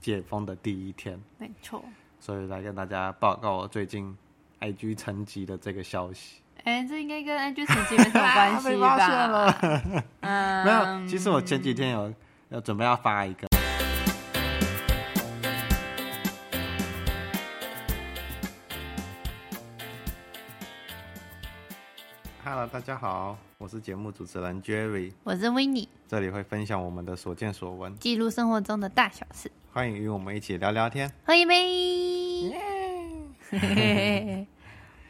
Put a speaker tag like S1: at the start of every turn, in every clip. S1: 解封的第一天，
S2: 没错。
S1: 所以来跟大家报告我最近 IG 层级的这个消息。
S2: 哎、这应该跟 IG 成绩没 什么关系
S1: 被
S2: 吧？
S1: 发现了，
S2: 嗯，
S1: 没有。其实我前几天有要准备要发一个，Hello，大家好，我是节目主持人 Jerry，
S2: 我是 w i n n i
S1: 这里会分享我们的所见所闻，
S2: 记录生活中的大小事，
S1: 欢迎与我们一起聊聊天。
S2: 喝一杯。嘿嘿 嘿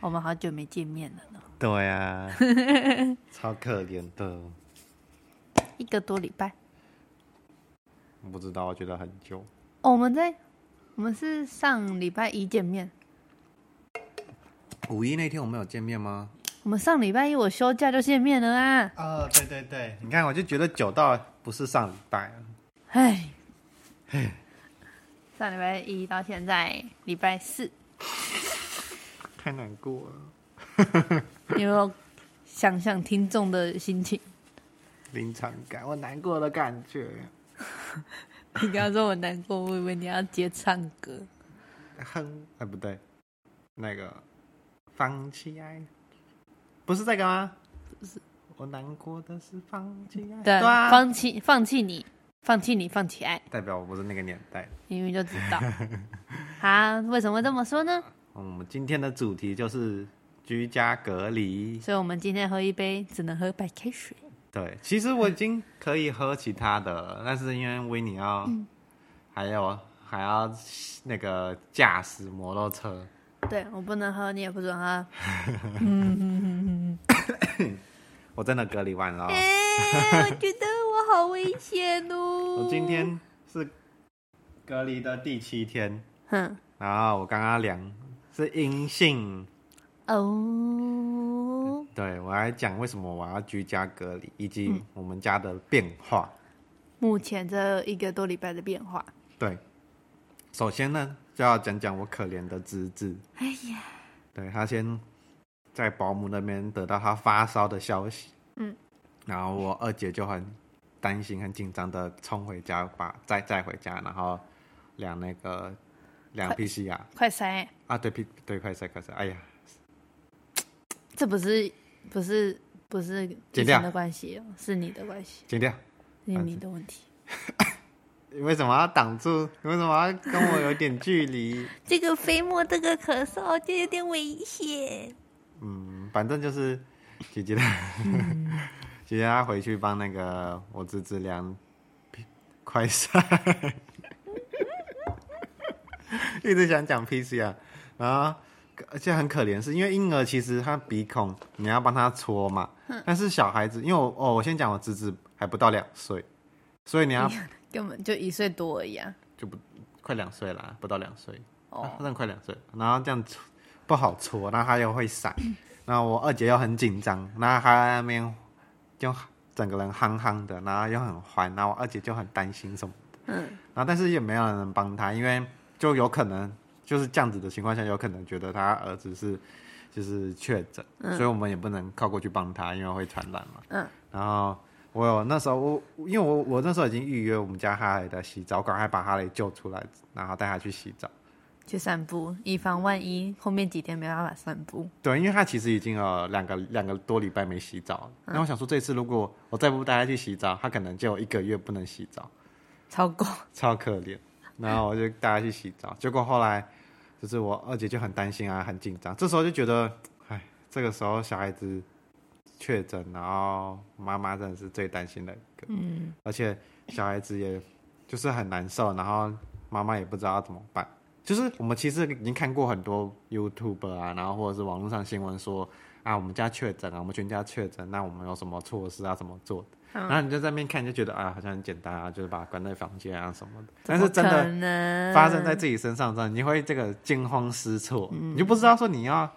S2: 我们好久没见面了呢，
S1: 对呀、 超可怜的，
S2: 一个多礼拜。
S1: 我不知道，我觉得很久。
S2: 哦我们在，我们是上礼拜一见面。
S1: 五一那天我们有见面吗？
S2: 我们上礼拜一我休假就见面了啊！
S1: 哦，对对对，你看，我就觉得久到不是上礼拜，
S2: 唉，上礼拜一到现在礼拜四，
S1: 太难过了。
S2: 有没有想想听众的心情？
S1: 临场感，我难过的感觉，
S2: 你刚刚说我难过，我以为你要接唱歌。
S1: 哼，哎，不对，那个放起来，不是这个吗？不是，我难过的是放起来，
S2: 对，
S1: 啊，
S2: 放弃放弃你，放弃你，放弃爱，
S1: 代表我不是那个年代。
S2: 明明就知 道。啊，为什么会这么说呢？
S1: 嗯我们今天的主题就是居家隔离。
S2: 所以我们今天喝一杯，只能喝白开水。
S1: 对，其实我已经可以喝其他的 了，但是因为维尼要，还有还要那个驾驶摩托车，
S2: 对我不能喝，你也不准喝。
S1: 我真的隔离完了哦。
S2: 哎，我觉得我好危险哦。
S1: 我今，天是隔离的第七天，
S2: 哼，
S1: 然后我刚刚量是阴性，
S2: 哦，
S1: 对我来讲为什么我要居家隔离，以及我们家的变化。
S2: 目前这一个多礼拜的变化，
S1: 对，首先呢就要讲讲我可怜的侄子，
S2: 哎呀，
S1: 对他先在保姆那边得到他发烧的消息，
S2: 嗯，
S1: 然后我二姐就很担心、很紧张的冲回家把再再回家，然后量那个量 PCR
S2: 快塞，
S1: 啊，对 P 对快筛快筛，哎呀，
S2: 这不是不是不是疫
S1: 剪
S2: 情
S1: 掉啊
S2: 的关系哦，是你的关系，
S1: 剪掉，
S2: 是你的问题。
S1: 你为什么要挡住？你为什么要跟我有点距离？
S2: 这个飞沫，这个咳嗽，就有点危险。
S1: 嗯，反正就是姐姐她， 姐姐她回去帮那个我侄子量快筛， 一直想讲 PCR，然后而且很可怜，是因为婴儿其实他鼻孔你要帮他搓嘛，但是小孩子，因为我哦，我先讲我侄子还不到两岁，所以你要
S2: 根本就一岁多而已啊！
S1: 就不快两岁啦，不到两岁，
S2: 哦
S1: 啊，真的快两岁，然后这样搓不好搓，然后他又会闪，然后我二姐又很紧张，然后她在那边就整个人憨憨的，然后又很欢，然后我二姐就很担心什么，
S2: 嗯，
S1: 然后但是也没有人帮她，因为就有可能就是这样子的情况下，有可能觉得她儿子是就是确诊，所以我们也不能靠过去帮她，因为会传染嘛，
S2: 嗯，
S1: 然后。我有那时候我，因为我我那时候已经预约我们家哈雷的洗澡，我赶快把哈雷救出来，然后带他去洗澡。
S2: 去散步，以防万一后面几天没办法散步。
S1: 对，因为他其实已经有两个两个多礼拜没洗澡了。那、我想说，这次如果我再不带他去洗澡，他可能就有一个月不能洗澡，
S2: 超过，
S1: 超可怜。然后我就带他去洗澡，结果后来就是我二姐就很担心啊，很紧张。这时候就觉得，哎，这个时候小孩子确诊，然后妈妈真的是最担心的一个，
S2: 嗯，
S1: 而且小孩子也就是很难受，然后妈妈也不知道要怎么办。就是我们其实已经看过很多 YouTube 啊，然后或者是网络上新闻说啊，我们家确诊啊，我们全家确诊，那我们有什么措施啊，怎么做的？
S2: 嗯
S1: 然后你就在那边看，你就觉得啊，好像很简单啊，就是把它关在房间啊什么的。
S2: 怎
S1: 但
S2: 么
S1: 是真
S2: 可
S1: 的
S2: 能
S1: 发生在自己身上之后，你会这个惊慌失措，
S2: 嗯
S1: 你就不知道说你要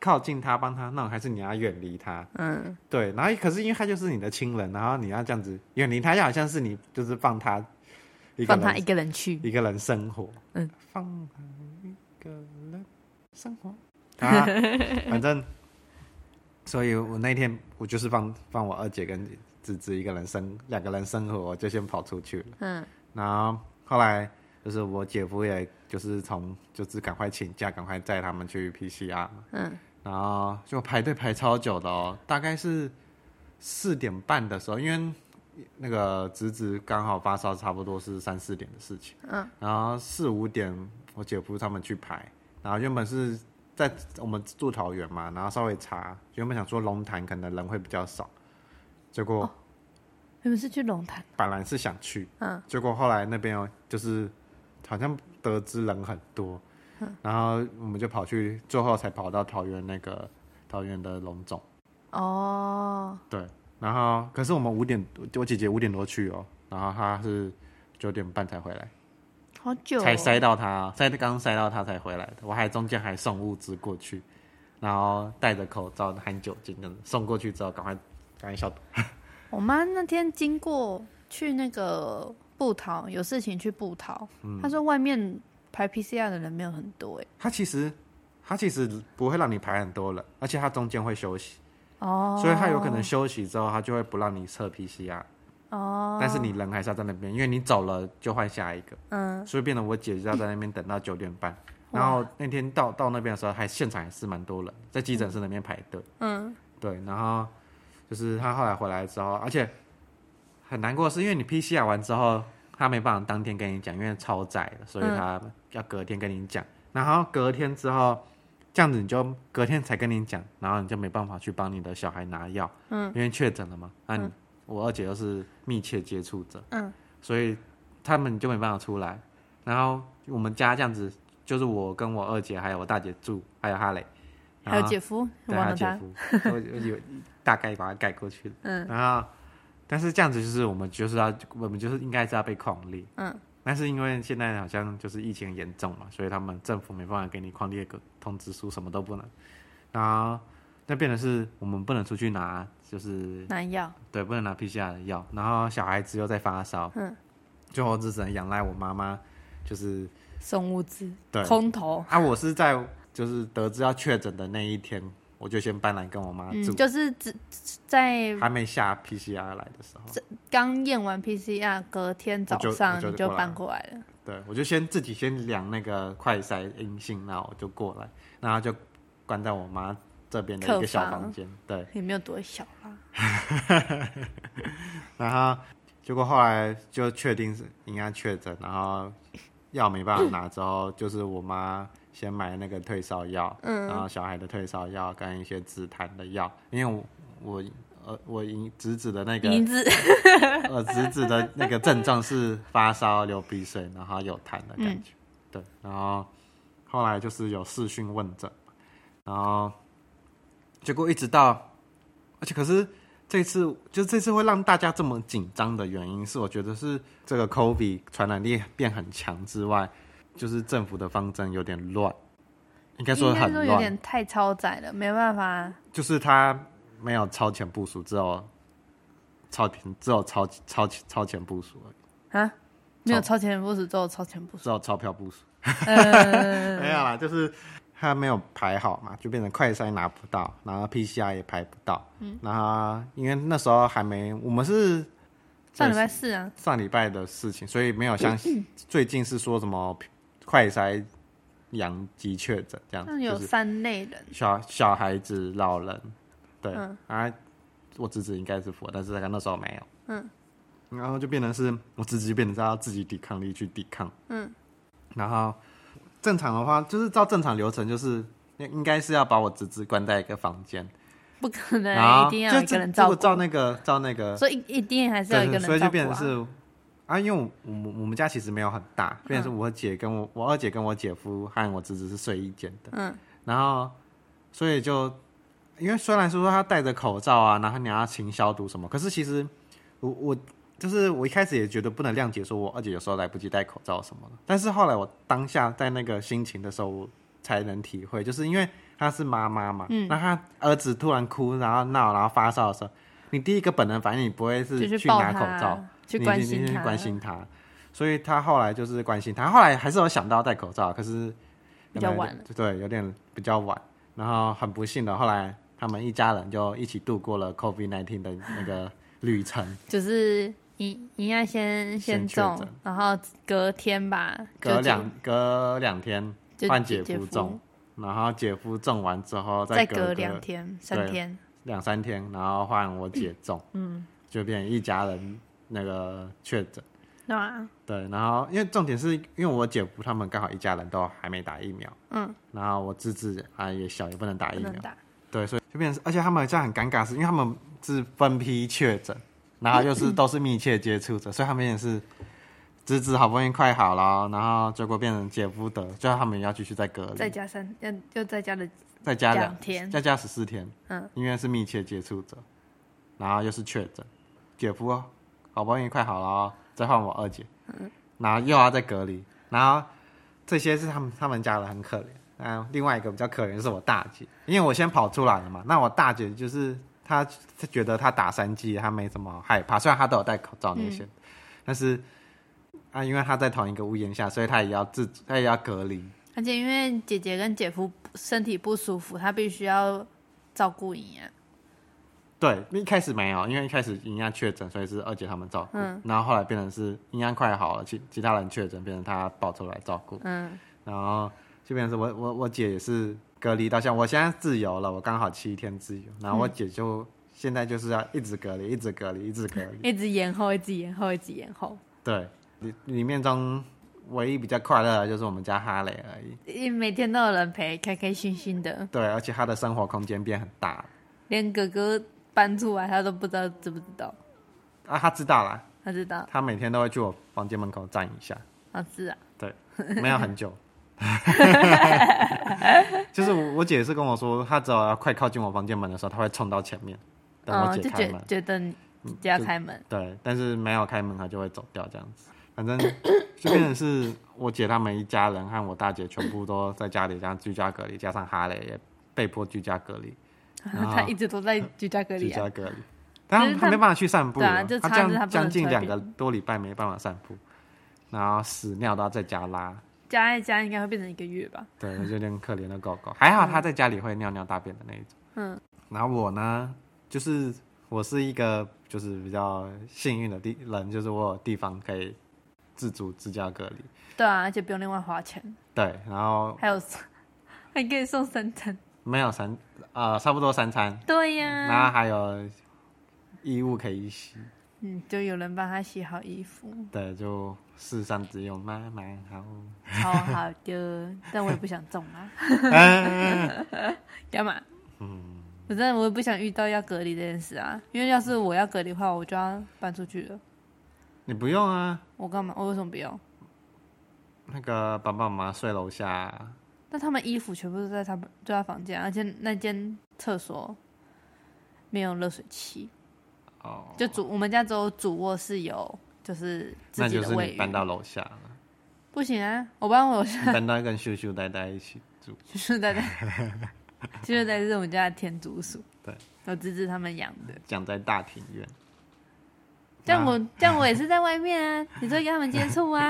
S1: 靠近他帮他弄，还是你要远离他。
S2: 嗯，
S1: 对，然后可是因为他就是你的亲人，然后你要这样子远离他，就好像是你就是放他一个
S2: 放
S1: 人
S2: 他一个人去，
S1: 一个人生活，
S2: 嗯，
S1: 放他一个人生活啊， 反正，所以我那天我就是放放我二姐跟侄子一个人生两个人生活，我就先跑出去了，
S2: 嗯，
S1: 然后后来就是我姐夫也就是从就是赶快请假，赶快载他们去 PCR 嘛，
S2: 嗯，
S1: 然后就排队排超久的哦，大概是四点半的时候，因为那个侄子刚好发烧，差不多是三四点的事情，
S2: 嗯，
S1: 然后四五点我姐夫他们去排，然后原本是在我们住桃园嘛，然后稍微查，原本想说龙潭可能人会比较少，结果
S2: 你们是去龙潭？
S1: 本来是想去，
S2: 嗯，
S1: 结果后来那边有就是好像得知人很多，然后我们就跑去，最后才跑到桃园那个桃园的龙总。
S2: 哦，
S1: 对，然后可是我们五点，我姐姐五点多去哦，然后她是九点半才回来，
S2: 好久、哦，
S1: 才塞到她，塞刚塞到她才回来的。我还中间还送物资过去，然后戴着口罩含酒精的送过去之后，赶快赶快消毒。
S2: 我妈那天经过去那个布桃，有事情去布桃，
S1: 嗯
S2: 她说外面排 PCR 的人没有很多、欸，
S1: 它其实它其实不会让你排很多人，而且它中间会休息。
S2: 哦，
S1: 所以他有可能休息之后，他就会不让你测 PCR，
S2: 哦，
S1: 但是你人还是要在那边，因为你走了就换下一个，
S2: 嗯，
S1: 所以变得我姐就要在那边等到九点半。然后那天到到那边的时候，还现场还是蛮多人，在急诊室那边排队。
S2: 嗯，
S1: 对，然后就是他后来回来之后，而且很难过的是，因为你 PCR 完之后，他没办法当天跟你讲，因为超载了，所以
S2: 嗯
S1: 他要隔天跟你讲。然后隔天之后，这样子你就隔天才跟你讲，然后你就没办法去帮你的小孩拿药，嗯，因为确诊了嘛。那你、我二姐又是密切接触者，
S2: 嗯，
S1: 所以他们就没办法出来。然后我们家这样子，就是我跟我二姐还有我大姐住，还有哈雷，然
S2: 还有
S1: 后
S2: 姐夫，我
S1: 啊对，
S2: 忘
S1: 他
S2: 了
S1: 姐
S2: 他，
S1: 夫，我我以为大概把它盖过去了。
S2: 嗯，
S1: 然后，但是这样子就是我们就是要，我们就是应该是要被框列。
S2: 嗯，
S1: 但是因为现在好像就是疫情严重嘛，所以他们政府没办法给你框列个通知书，什么都不能。然后那变成是我们不能出去拿，就是
S2: 男药，
S1: 对，不能拿 PCR 的药。然后小孩子又在发烧，
S2: 嗯，
S1: 最后就只能仰赖我妈妈，就是
S2: 送物资，
S1: 对
S2: 空投，
S1: 啊，我是在就是得知要确诊的那一天，我就先搬来跟我妈
S2: 嗯
S1: 住。，
S2: 就是只在
S1: 还没下 PCR 来的时候，
S2: 刚验完 PCR 隔天早
S1: 我
S2: 上
S1: 就我就
S2: 你就
S1: 过来
S2: 搬
S1: 了
S2: 过来了，
S1: 对我就先自己先量那个快筛阴性，然后我就过来，然后就关在我妈这边的一
S2: 客
S1: 个小
S2: 房
S1: 房间，对，
S2: 也没有多小啦，
S1: 然后结果后来就确定是应该确诊，然后药没办法拿之后，就是我妈先买那个退烧药，
S2: 嗯
S1: 然后小孩的退烧药跟一些止痰的药，因为我我呃我姨侄子的那个
S2: 银子，
S1: 我侄子呃的那个症状是发烧、流鼻水，然后有痰的感
S2: 嗯
S1: 觉。对，然后后来就是有视讯问诊，然后结果一直到，而且可是这次就这次会让大家这么紧张的原因是，我觉得是这个 COVID 传染力变很强之外，就是政府的方针有点乱，应该说
S2: 应该
S1: 很
S2: 说有
S1: 乱，
S2: 点太超载了，没办法，
S1: 就是他没有超前部署，只有超前只有超超超前部署而已。
S2: 啊，没有超前部署，只有超前部署。
S1: 知道钞票部署，
S2: 呃
S1: 没有啦，就是他没有排好嘛，就变成快筛拿不到，然后 PCR 也排不到，嗯，然后因为那时候还没，我们是
S2: 上礼拜四啊，
S1: 上礼拜的事情，所以没有像 最近是说什么快筛阳极确诊这样
S2: 那
S1: 子，
S2: 有
S1: 就是
S2: 三类人，
S1: 小小孩子、老人，对、
S2: 嗯
S1: 啊，我侄子应该是佛，但是他那时候没有，嗯，然后就变成是我侄子就变成是要自己抵抗力去抵抗，嗯，然后正常的话就是照正常流程，就是应应该是要把我侄子关在一个房间，
S2: 不可
S1: 然
S2: 能
S1: 后
S2: 一定要有
S1: 啊就
S2: 一个人
S1: 这如果
S2: 照顾，啊
S1: 照那个照那个，
S2: 所以一定还是要有一个
S1: 对，所
S2: 人
S1: 以就
S2: 照
S1: 变
S2: 顾
S1: 成
S2: 啊。
S1: 是啊，因为我我们我们家其实没有很大，变
S2: 嗯
S1: 成是我姐跟我、我二姐跟我姐夫和我侄子是睡一间的，
S2: 嗯，
S1: 然后所以就因为虽然说他戴着口罩啊，然后你要勤消毒什么，可是其实我我就是我一开始也觉得不能谅解，说我二姐有时候来不及戴口罩什么的，但是后来我当下在那个心情的时候，我才能体会，就是因为她是妈妈嘛，
S2: 嗯
S1: 那她儿子突然哭，然后闹，然后发烧的时候。你第一个本能反应，你不会
S2: 就是
S1: 去
S2: 抱
S1: 拿
S2: 他
S1: 口罩，
S2: 啊，去
S1: 你
S2: 关
S1: 你
S2: 心
S1: 你去
S2: 他，
S1: 关心他，所以他后来就是关心他，后来还是有想到戴口罩，可是
S2: 比较
S1: 可能
S2: 晚了，
S1: 对，有点比较晚，然后很不幸的，后来他们一家人就一起度过了 COVID 1 9的那个旅程，
S2: 就是一一样先
S1: 先确
S2: 中
S1: 诊，
S2: 然后隔天吧，
S1: 隔
S2: 就
S1: 两隔两天
S2: 就
S1: 换
S2: 解
S1: 姐
S2: 解
S1: 夫
S2: 夫
S1: 中，然后姐夫中完之后
S2: 再
S1: 隔
S2: 隔
S1: 个
S2: 两天三
S1: 对
S2: 天，
S1: 两三天，然后换我姐中，
S2: 嗯，
S1: 就变成一家人那个确诊。
S2: 对吧？
S1: 对，然后因为重点是因为我姐夫他们刚好一家人都还没打疫苗，
S2: 嗯，
S1: 然后我侄子啊也小也不能打
S2: 不
S1: 疫苗
S2: 能，打，
S1: 对，所以就变成是，而且他们这样很尴尬是，因为他们是分批确诊，然后又是都是密切接触者，所以他们也是侄子好不容易快好了，然后结果变成姐夫得，就他们要继续再隔
S2: 再
S1: 离，
S2: 加三，要又再加了，
S1: 再加
S2: 两
S1: 两
S2: 天
S1: 再加十四天，
S2: 嗯，
S1: 因为是密切接触者，然后又是确诊，姐夫哦好不容易快好了哦，再换我二姐，然后又要再隔离，然后这些是他们他们家人很可怜。嗯，另外一个比较可怜是我大姐，因为我先跑出来了嘛。那我大姐就是她，她觉得她打三剂，她没什么害怕，虽然她都有戴口罩那些，
S2: 嗯
S1: 但是啊，因为她在同一个屋檐下，所以她也要自，她也要隔离。
S2: 而且因为姐姐跟姐夫身体不舒服，她必须要照顾你啊，
S1: 对，一开始没有，因为一开始营养确诊，所以是二姐他们照顾。
S2: 嗯
S1: 然后后来变成是营养快好了，其其他人确诊，变成她抱出来照顾。
S2: 嗯，
S1: 然后就变成是我我我姐也是隔离到现在，我现在自由了，我刚好七天自由。然后我姐就、现在就是要一直隔离，一直隔离，一直隔 离。
S2: 一直延后，一直延后，一直延后，
S1: 对，里里面中唯一比较快乐的就是我们家哈雷而已。
S2: 因为每天都有人陪，开开心心的，
S1: 对，而且他的生活空间变很大了
S2: 连哥哥搬出来他都不知道知不知道，
S1: 啊，他知道啦，
S2: 他知道，
S1: 他每天都会去我房间门口站一下。
S2: 啊是啊，
S1: 对，没有很 久。就是我我姐是跟我说，她只要快靠近我房间门的时候，她会冲到前面等我
S2: 嗯，
S1: 姐
S2: 就
S1: 开
S2: 觉
S1: 门。嗯
S2: 觉得你姐要开门，
S1: 对，但是没有开门，她就会走掉这样子。反 正就变成是我姐他们一家人和我大姐全部都在家里这样居家隔离，加上哈雷也被迫居家隔离，然后
S2: 他一直都在居家隔
S1: 啊居
S2: 离啊，
S1: 家隔离。但
S2: 可是
S1: 他
S2: 她
S1: 没办法去散步
S2: 对啊
S1: 了，
S2: 就
S1: 她
S2: 差
S1: 这样
S2: 是她不能
S1: 将近
S2: 出来
S1: 两个多礼拜没办法散步，然后屎尿都要在家拉。
S2: 加一加应该会变成一个月吧，
S1: 对，有点可怜的狗嗯狗。 还好它在家里会尿尿大便的那一种。
S2: 嗯，
S1: 然后我呢，就是我是一个就是比较幸运的地人，就是我有地方可以自主居家隔离。
S2: 对啊，而且不用另外花钱，
S1: 对，然后
S2: 还有 还可以送三餐，
S1: 没有三呃，差不多三餐，
S2: 对呀、
S1: 然后还有衣物可以洗。
S2: 嗯，就有人帮他洗好衣服，
S1: 对，就世上只有妈妈好。
S2: 超好的，但我也不想中啊， 干嘛？
S1: 哎嗯，
S2: 我真的我也不想遇到要隔离这件事啊，因为要是我要隔离的话，我就要搬出去了。
S1: 你不用啊，
S2: 我干嘛？我为什么不用？
S1: 那个爸爸妈妈睡楼下，
S2: 但他们衣服全部都在他们都在房间，而且那间厕所没有热水器，
S1: 哦，
S2: 就主我们家只有主卧室有，就是自
S1: 那
S2: 己
S1: 就
S2: 的
S1: 是
S2: 卫
S1: 你搬
S2: 浴。
S1: 到楼下了。
S2: 不行啊，我搬我
S1: 你搬到跟羞羞呆呆一起住，
S2: 就是在就是在是我们家的天竺鼠，
S1: 对，
S2: 我侄子他们养的。
S1: 讲在大庭院。
S2: 这样我、这样我也是在外面啊，你就会跟他们接触啊。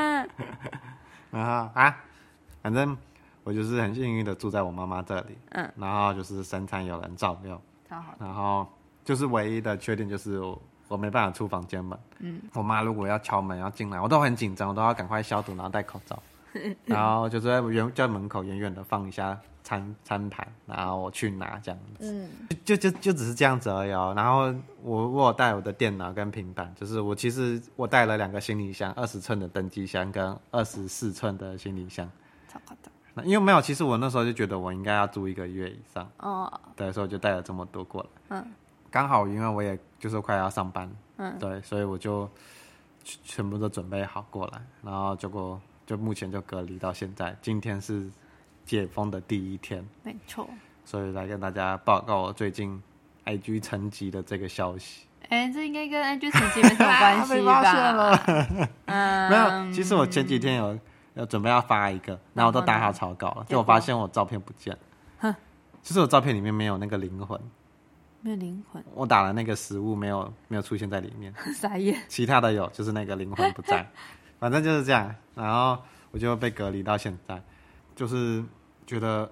S1: 然后啊，反正我就是很幸运的住在我妈妈这里，
S2: 嗯，
S1: 然后就是三餐有人照料，
S2: 超好，
S1: 然后就是唯一的缺点就是我我没办法出房间门，嗯，我妈如果要敲门要进来，我都很紧张，我都要赶快消毒，然后戴口罩，然后就是在远在门口远远的放一下餐餐盘，然后我去拿这样子。
S2: 嗯，
S1: 就就就只是这样子而已、哦。然后我我有带我的电脑跟平板，就是我其实我带了两个行李箱，二十寸的登机箱跟二十四寸的行李箱。
S2: 超夸张
S1: 那因为没有，其实我那时候就觉得我应该要住一个月以上，
S2: 哦，
S1: 对，所以我就带了这么多过来。
S2: 嗯，
S1: 刚好因为我也就是快要上班，
S2: 嗯，
S1: 对，所以我就全全部都准备好过来，然后结果就目前就隔离到现在，今天是解封的第一天。
S2: 没错。
S1: 所以来跟大家报告我最近 IG 沉寂的这个消息。
S2: 哎、这应该跟 IG 成绩没什么 关系
S1: 被发现
S2: 吧？嗯，
S1: 没有，其实我前几天有有准备要发一个，然后我都打好草稿了，
S2: 结
S1: 结果
S2: 果
S1: 发现我照片不见了。就是我照片里面没有那个灵魂，
S2: 没有灵魂，
S1: 我打了那个食物没有没有出现在里面，
S2: 傻眼。
S1: 其他的有，就是那个灵魂不 在。反正就是这样，然后我就被隔离到现在，就是觉得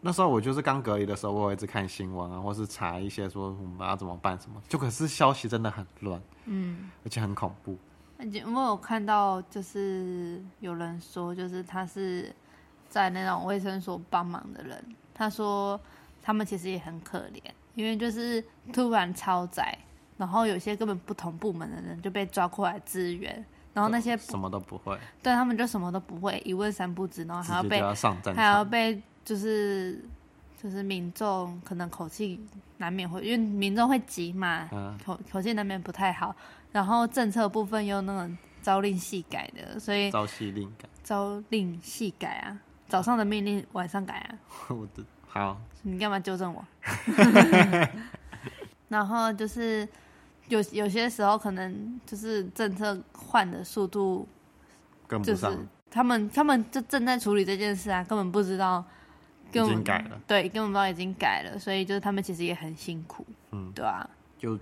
S1: 那时候我就是刚隔离的时候，我有一直看新闻啊，或是查一些说我们要怎么办什么，就可是消息真的很乱，嗯，而且很恐怖。
S2: 我有看到，就是有人说，就是他是在那种卫生所帮忙的人，他说他们其实也很可怜，因为就是突然超载，然后有些根本不同部门的人就被抓过来支援，然后哦那些
S1: 什么都不会，
S2: 对他们就什么都不会，一问三不知，然后
S1: 直
S2: 还要
S1: 接
S2: 被
S1: 就要上战
S2: 还要
S1: 场，
S2: 被就是就是民众可能口气难免会，因为民众会急嘛，
S1: 嗯
S2: 口口气难免不太好。然后政策部分又那种朝令夕改的，所以
S1: 朝夕令改。
S2: 朝令夕改啊，早上的命令晚上改啊，
S1: 我的好，
S2: 你干嘛纠正我？ 然后就是有有些时候可能就是政策换的速度
S1: 跟不
S2: 就是
S1: 上，
S2: 他们他们就正在处理这件事啊，根本不知道，根
S1: 已
S2: 本
S1: 经改了，
S2: 对，根本不知道已经改了，所以就是他们其实也很辛苦，
S1: 嗯，
S2: 对啊，
S1: 就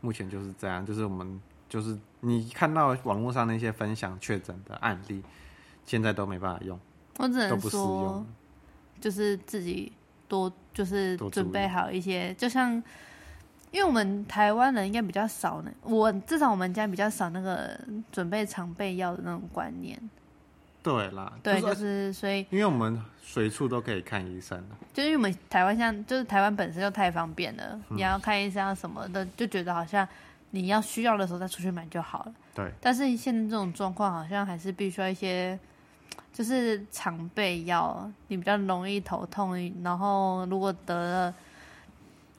S1: 目前就是这样，就是我们就是你看到网络上那些分享确诊的案例，现在都没办法用，
S2: 我只
S1: 都
S2: 能
S1: 不适
S2: 说
S1: 用，，
S2: 就是自己多就是
S1: 多注
S2: 准
S1: 意
S2: 备好一些，就像因为我们台湾人应该比较少呢，我至少我们家比较少那个准备常备药的那种观念，
S1: 对啦，
S2: 对，
S1: 就
S2: 就是是所以
S1: 因为我们随处都可以看医生啊
S2: 就是因为我们台湾像就是台湾本身就太方便了，你要看医生啊什么的，就觉得好像你要需要的时候再出去买就好了。
S1: 对，
S2: 但是现在这种状况好像还是必须要一些，就是常备药，你比较容易头痛，然后如果得了，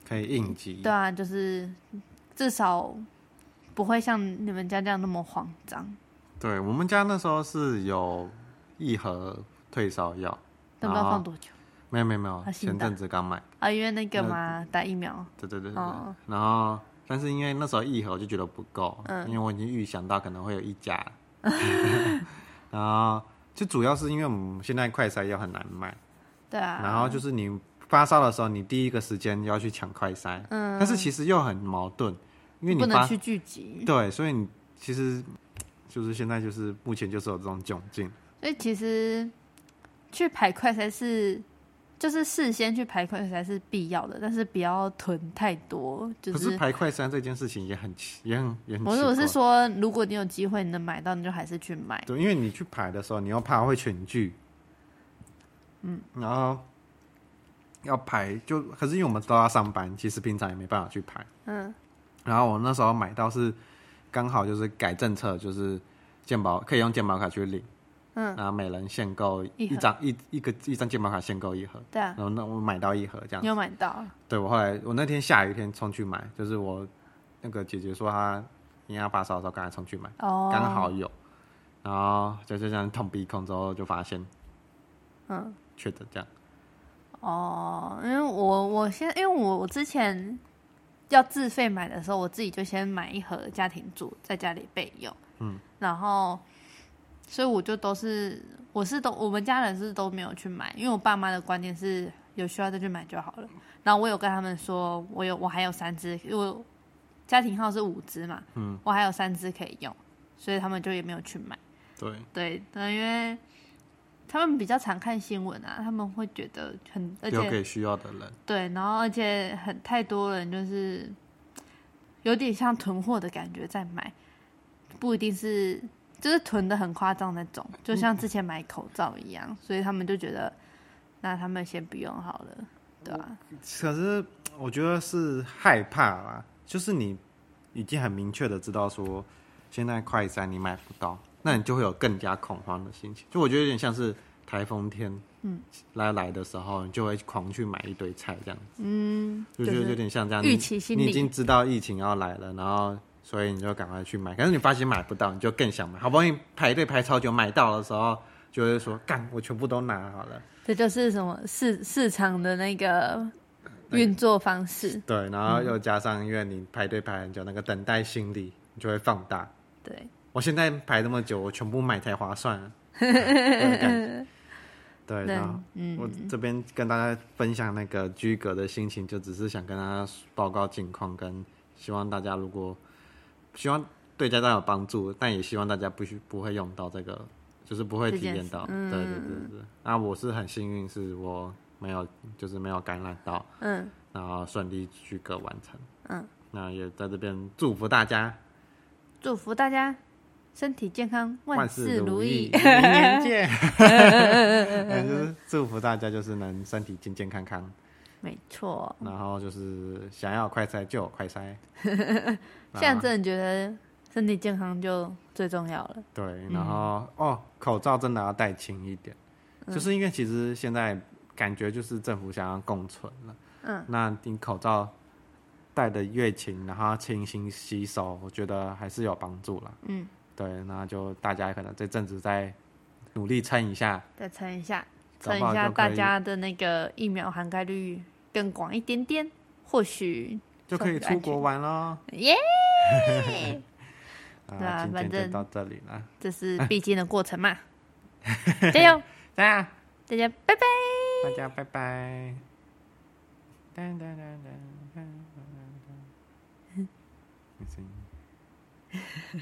S1: 可以应急，
S2: 对啊，就是至少不会像你们家这样那么慌张。
S1: 对我们家那时候是有一盒退烧药，
S2: 那不知道
S1: 啊
S2: 放多久
S1: 没有没有没有
S2: 啊，新的
S1: 前阵子刚买，
S2: 啊？因为那个
S1: 那
S2: 嘛，打疫苗，
S1: 对对对对对，
S2: 哦
S1: 然后但是因为那时候一盒我就觉得不够，
S2: 嗯
S1: 因为我已经预想到可能会有一 家，然后就主要是因为我们现在快筛药很难买，
S2: 对啊，
S1: 然后就是你发烧的时候，你第一个时间要去抢快筛，
S2: 嗯
S1: 但是其实又很矛盾，因为
S2: 不
S1: 你
S2: 能
S1: 发
S2: 去聚集，
S1: 对，所以你其实就是现在就是目前就是有这种窘境，
S2: 所以其实去排快才是，就是事先去排快才是必要的，但是不要囤太多。就
S1: 可是排快筛这件事情也很奇也很也很
S2: 我
S1: 奇
S2: 是
S1: 怪
S2: 我是说，如果你有机会你能买到，你就还是去买。
S1: 对，因为你去排的时候，你又怕会群聚，嗯，然后要排就，可是因为我们都要上班，其实平常也没办法去排，
S2: 嗯，
S1: 然后我那时候买到是刚好就是改政策，就是健保可以用健保卡去领，
S2: 嗯，
S1: 然后每人限购
S2: 一
S1: 一
S2: 盒
S1: 张一一个一张健保卡限购一盒，
S2: 对啊，
S1: 然后那我买到一盒这样
S2: 你。有买到？啊
S1: 对我后来我那天下雨天冲去买，就是我那个姐姐说她因为她发烧的时候，刚才冲去买。
S2: 哦，
S1: 刚好有，然后就就这样捅鼻孔之后就发现，
S2: 嗯，
S1: 确诊这样，
S2: 哦，因为我我先因为我我之前要自费买的时候，我自己就先买一盒家庭煮在家里备用，嗯，然后所以我就都是我是都我们家人是都没有去买，因为我爸妈的观念是有需要再去买就好了。然后我有跟他们说，我有我还有三只，因为我家庭号是五只嘛，嗯，我还有三只可以用，所以他们就也没有去买。
S1: 对，
S2: 对，那因为他们比较常看新闻啊，他们会觉得很，而
S1: 留
S2: 且
S1: 给需要的人，
S2: 对，然后而且很太多人就是有点像囤货的感觉在买，不一定是就是囤的很夸张那种，
S1: 嗯
S2: 就像之前买口罩一样，所以他们就觉得那他们先不用好了，对
S1: 嗯
S2: 啊？
S1: 可是我觉得是害怕啦，就是你已经很明确的知道说，现在快餐你买不到，那你就会有更加恐慌的心情，就我觉得有点像是台风天，嗯，来来的时候，你就会狂去买一堆菜这样子，嗯，就
S2: 就
S1: 觉得
S2: 是
S1: 有点像这样，
S2: 预
S1: 你
S2: 期心
S1: 你已
S2: 理
S1: 经知道疫情要来了，然后所以你就赶快去买，但是你发现买不到，你就更想买，好不容易排队排超久买到的时候，就会说干，我全部都拿好了，
S2: 这就是什么市市场的那个运作方式，
S1: 对，然后又加上因为你排队排很久，那个等待心理你就会放大。
S2: 对，
S1: 我现在排那么久，我全部买才划算、 啊。对感觉对，然后
S2: 嗯嗯，
S1: 我这边跟大家分享那个居格的心情，就只是想跟大家报告近况，跟希望大家如果希望对大家有帮助，但也希望大家不需不会用到这个，就是不会体验到。
S2: 这件事嗯
S1: 啊对对对对。那我是很幸运，是我没有就是没有感染到，
S2: 嗯，
S1: 然后顺利居隔完成。
S2: 嗯，
S1: 那也在这边祝福大家
S2: 祝福大家身体健康，万
S1: 事
S2: 事如
S1: 意
S2: 意，。
S1: 明年 见。 嗯就是祝福大家就是能身体健健康康，
S2: 没错，。
S1: 然后就是想要快筛就有快筛
S2: 现在真的觉得身体健康就最重要了。
S1: 对，然
S2: 嗯
S1: 后、哦，口罩真的要戴轻一点，就是因为其实现在感觉就是政府想要共存了，
S2: 嗯，
S1: 那你口罩戴的越轻，然后清新洗手，我觉得还是有帮助啦。
S2: 嗯，
S1: 对，那就大家可能这阵子再努力撑一下，
S2: 再撑一下，
S1: 搞
S2: 撑
S1: 不好
S2: 一下
S1: 就可
S2: 大
S1: 以
S2: 家的那个疫苗涵盖率更广一点点，或许
S1: 就可以出国玩喽。
S2: 耶。
S1: 啊
S2: 对啊
S1: 今
S2: 反
S1: 天
S2: 正
S1: 就到这里了，
S2: 这是必经的过程嘛。 加油，
S1: 这样
S2: 大家拜拜。
S1: 大家拜拜。噔噔噔噔 噔噔噔噔，没声音。